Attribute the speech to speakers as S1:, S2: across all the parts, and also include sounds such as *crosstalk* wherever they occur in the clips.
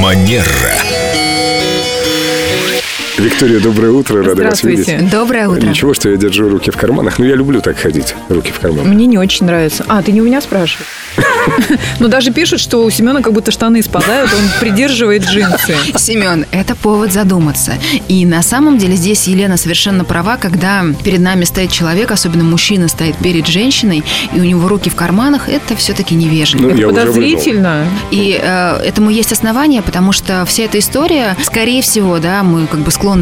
S1: Премьера.
S2: Виктория, доброе утро, рада вас видеть.
S3: Здравствуйте.
S4: Доброе утро.
S2: Ничего, что я держу руки в карманах, но я люблю так ходить, руки в карманах.
S3: Мне не очень нравится. А, ты не у меня *laughs* спрашиваешь? Но Ну, даже пишут, что у Семена как будто штаны спадают, он придерживает *laughs* джинсы.
S4: Семен, это повод задуматься. И на самом деле здесь Елена совершенно права, когда перед нами стоит человек, особенно мужчина стоит перед женщиной, и у него руки в карманах, это все-таки
S2: Ну,
S4: невежливо.
S2: я уже выдал.
S3: Подозрительно.
S4: И э, этому есть основания, потому что вся эта история, скорее всего, да, мы как бы склонны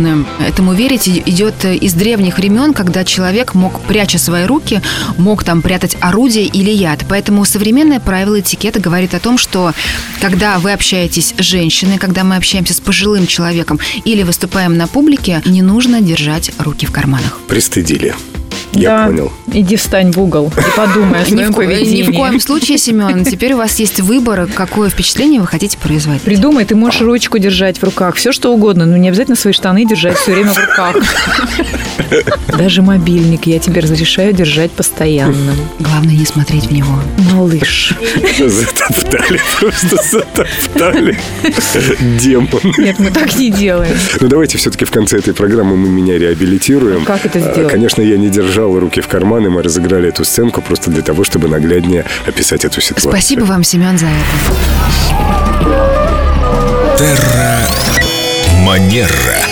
S4: этому верить, и- идет из древних времен, когда человек мог, пряча свои руки, мог там прятать орудие или яд. Поэтому современное правило этикета говорит о том, что когда вы общаетесь с женщиной, когда мы общаемся с пожилым человеком или выступаем на публике, не нужно держать руки в карманах.
S2: Пристыдили. Я
S3: Да.
S2: понял.
S3: Иди встань в угол и *laughs* подумай о
S4: Ни
S3: своем
S4: в, ко- ни
S3: поведении.
S4: в коем случае, Семен, теперь у вас есть выбор, какое впечатление вы хотите производить.
S3: Придумай, ты можешь ручку держать в руках, все что угодно, но не обязательно свои штаны держать все время в *laughs* руках. Даже мобильник я тебе разрешаю держать *laughs* постоянно.
S4: Главное не смотреть в него.
S3: Малыш.
S2: Затоптали, *laughs* просто затоптали. Демон.
S3: Нет, мы так не делаем.
S2: Ну, давайте все-таки в конце этой программы мы меня реабилитируем.
S3: Как это
S2: А,
S3: сделать?
S2: Конечно, я не держал руки в карманы, мы разыграли эту сценку просто для того, чтобы нагляднее описать эту ситуацию.
S4: Спасибо вам, Семен, за это.
S1: Манера.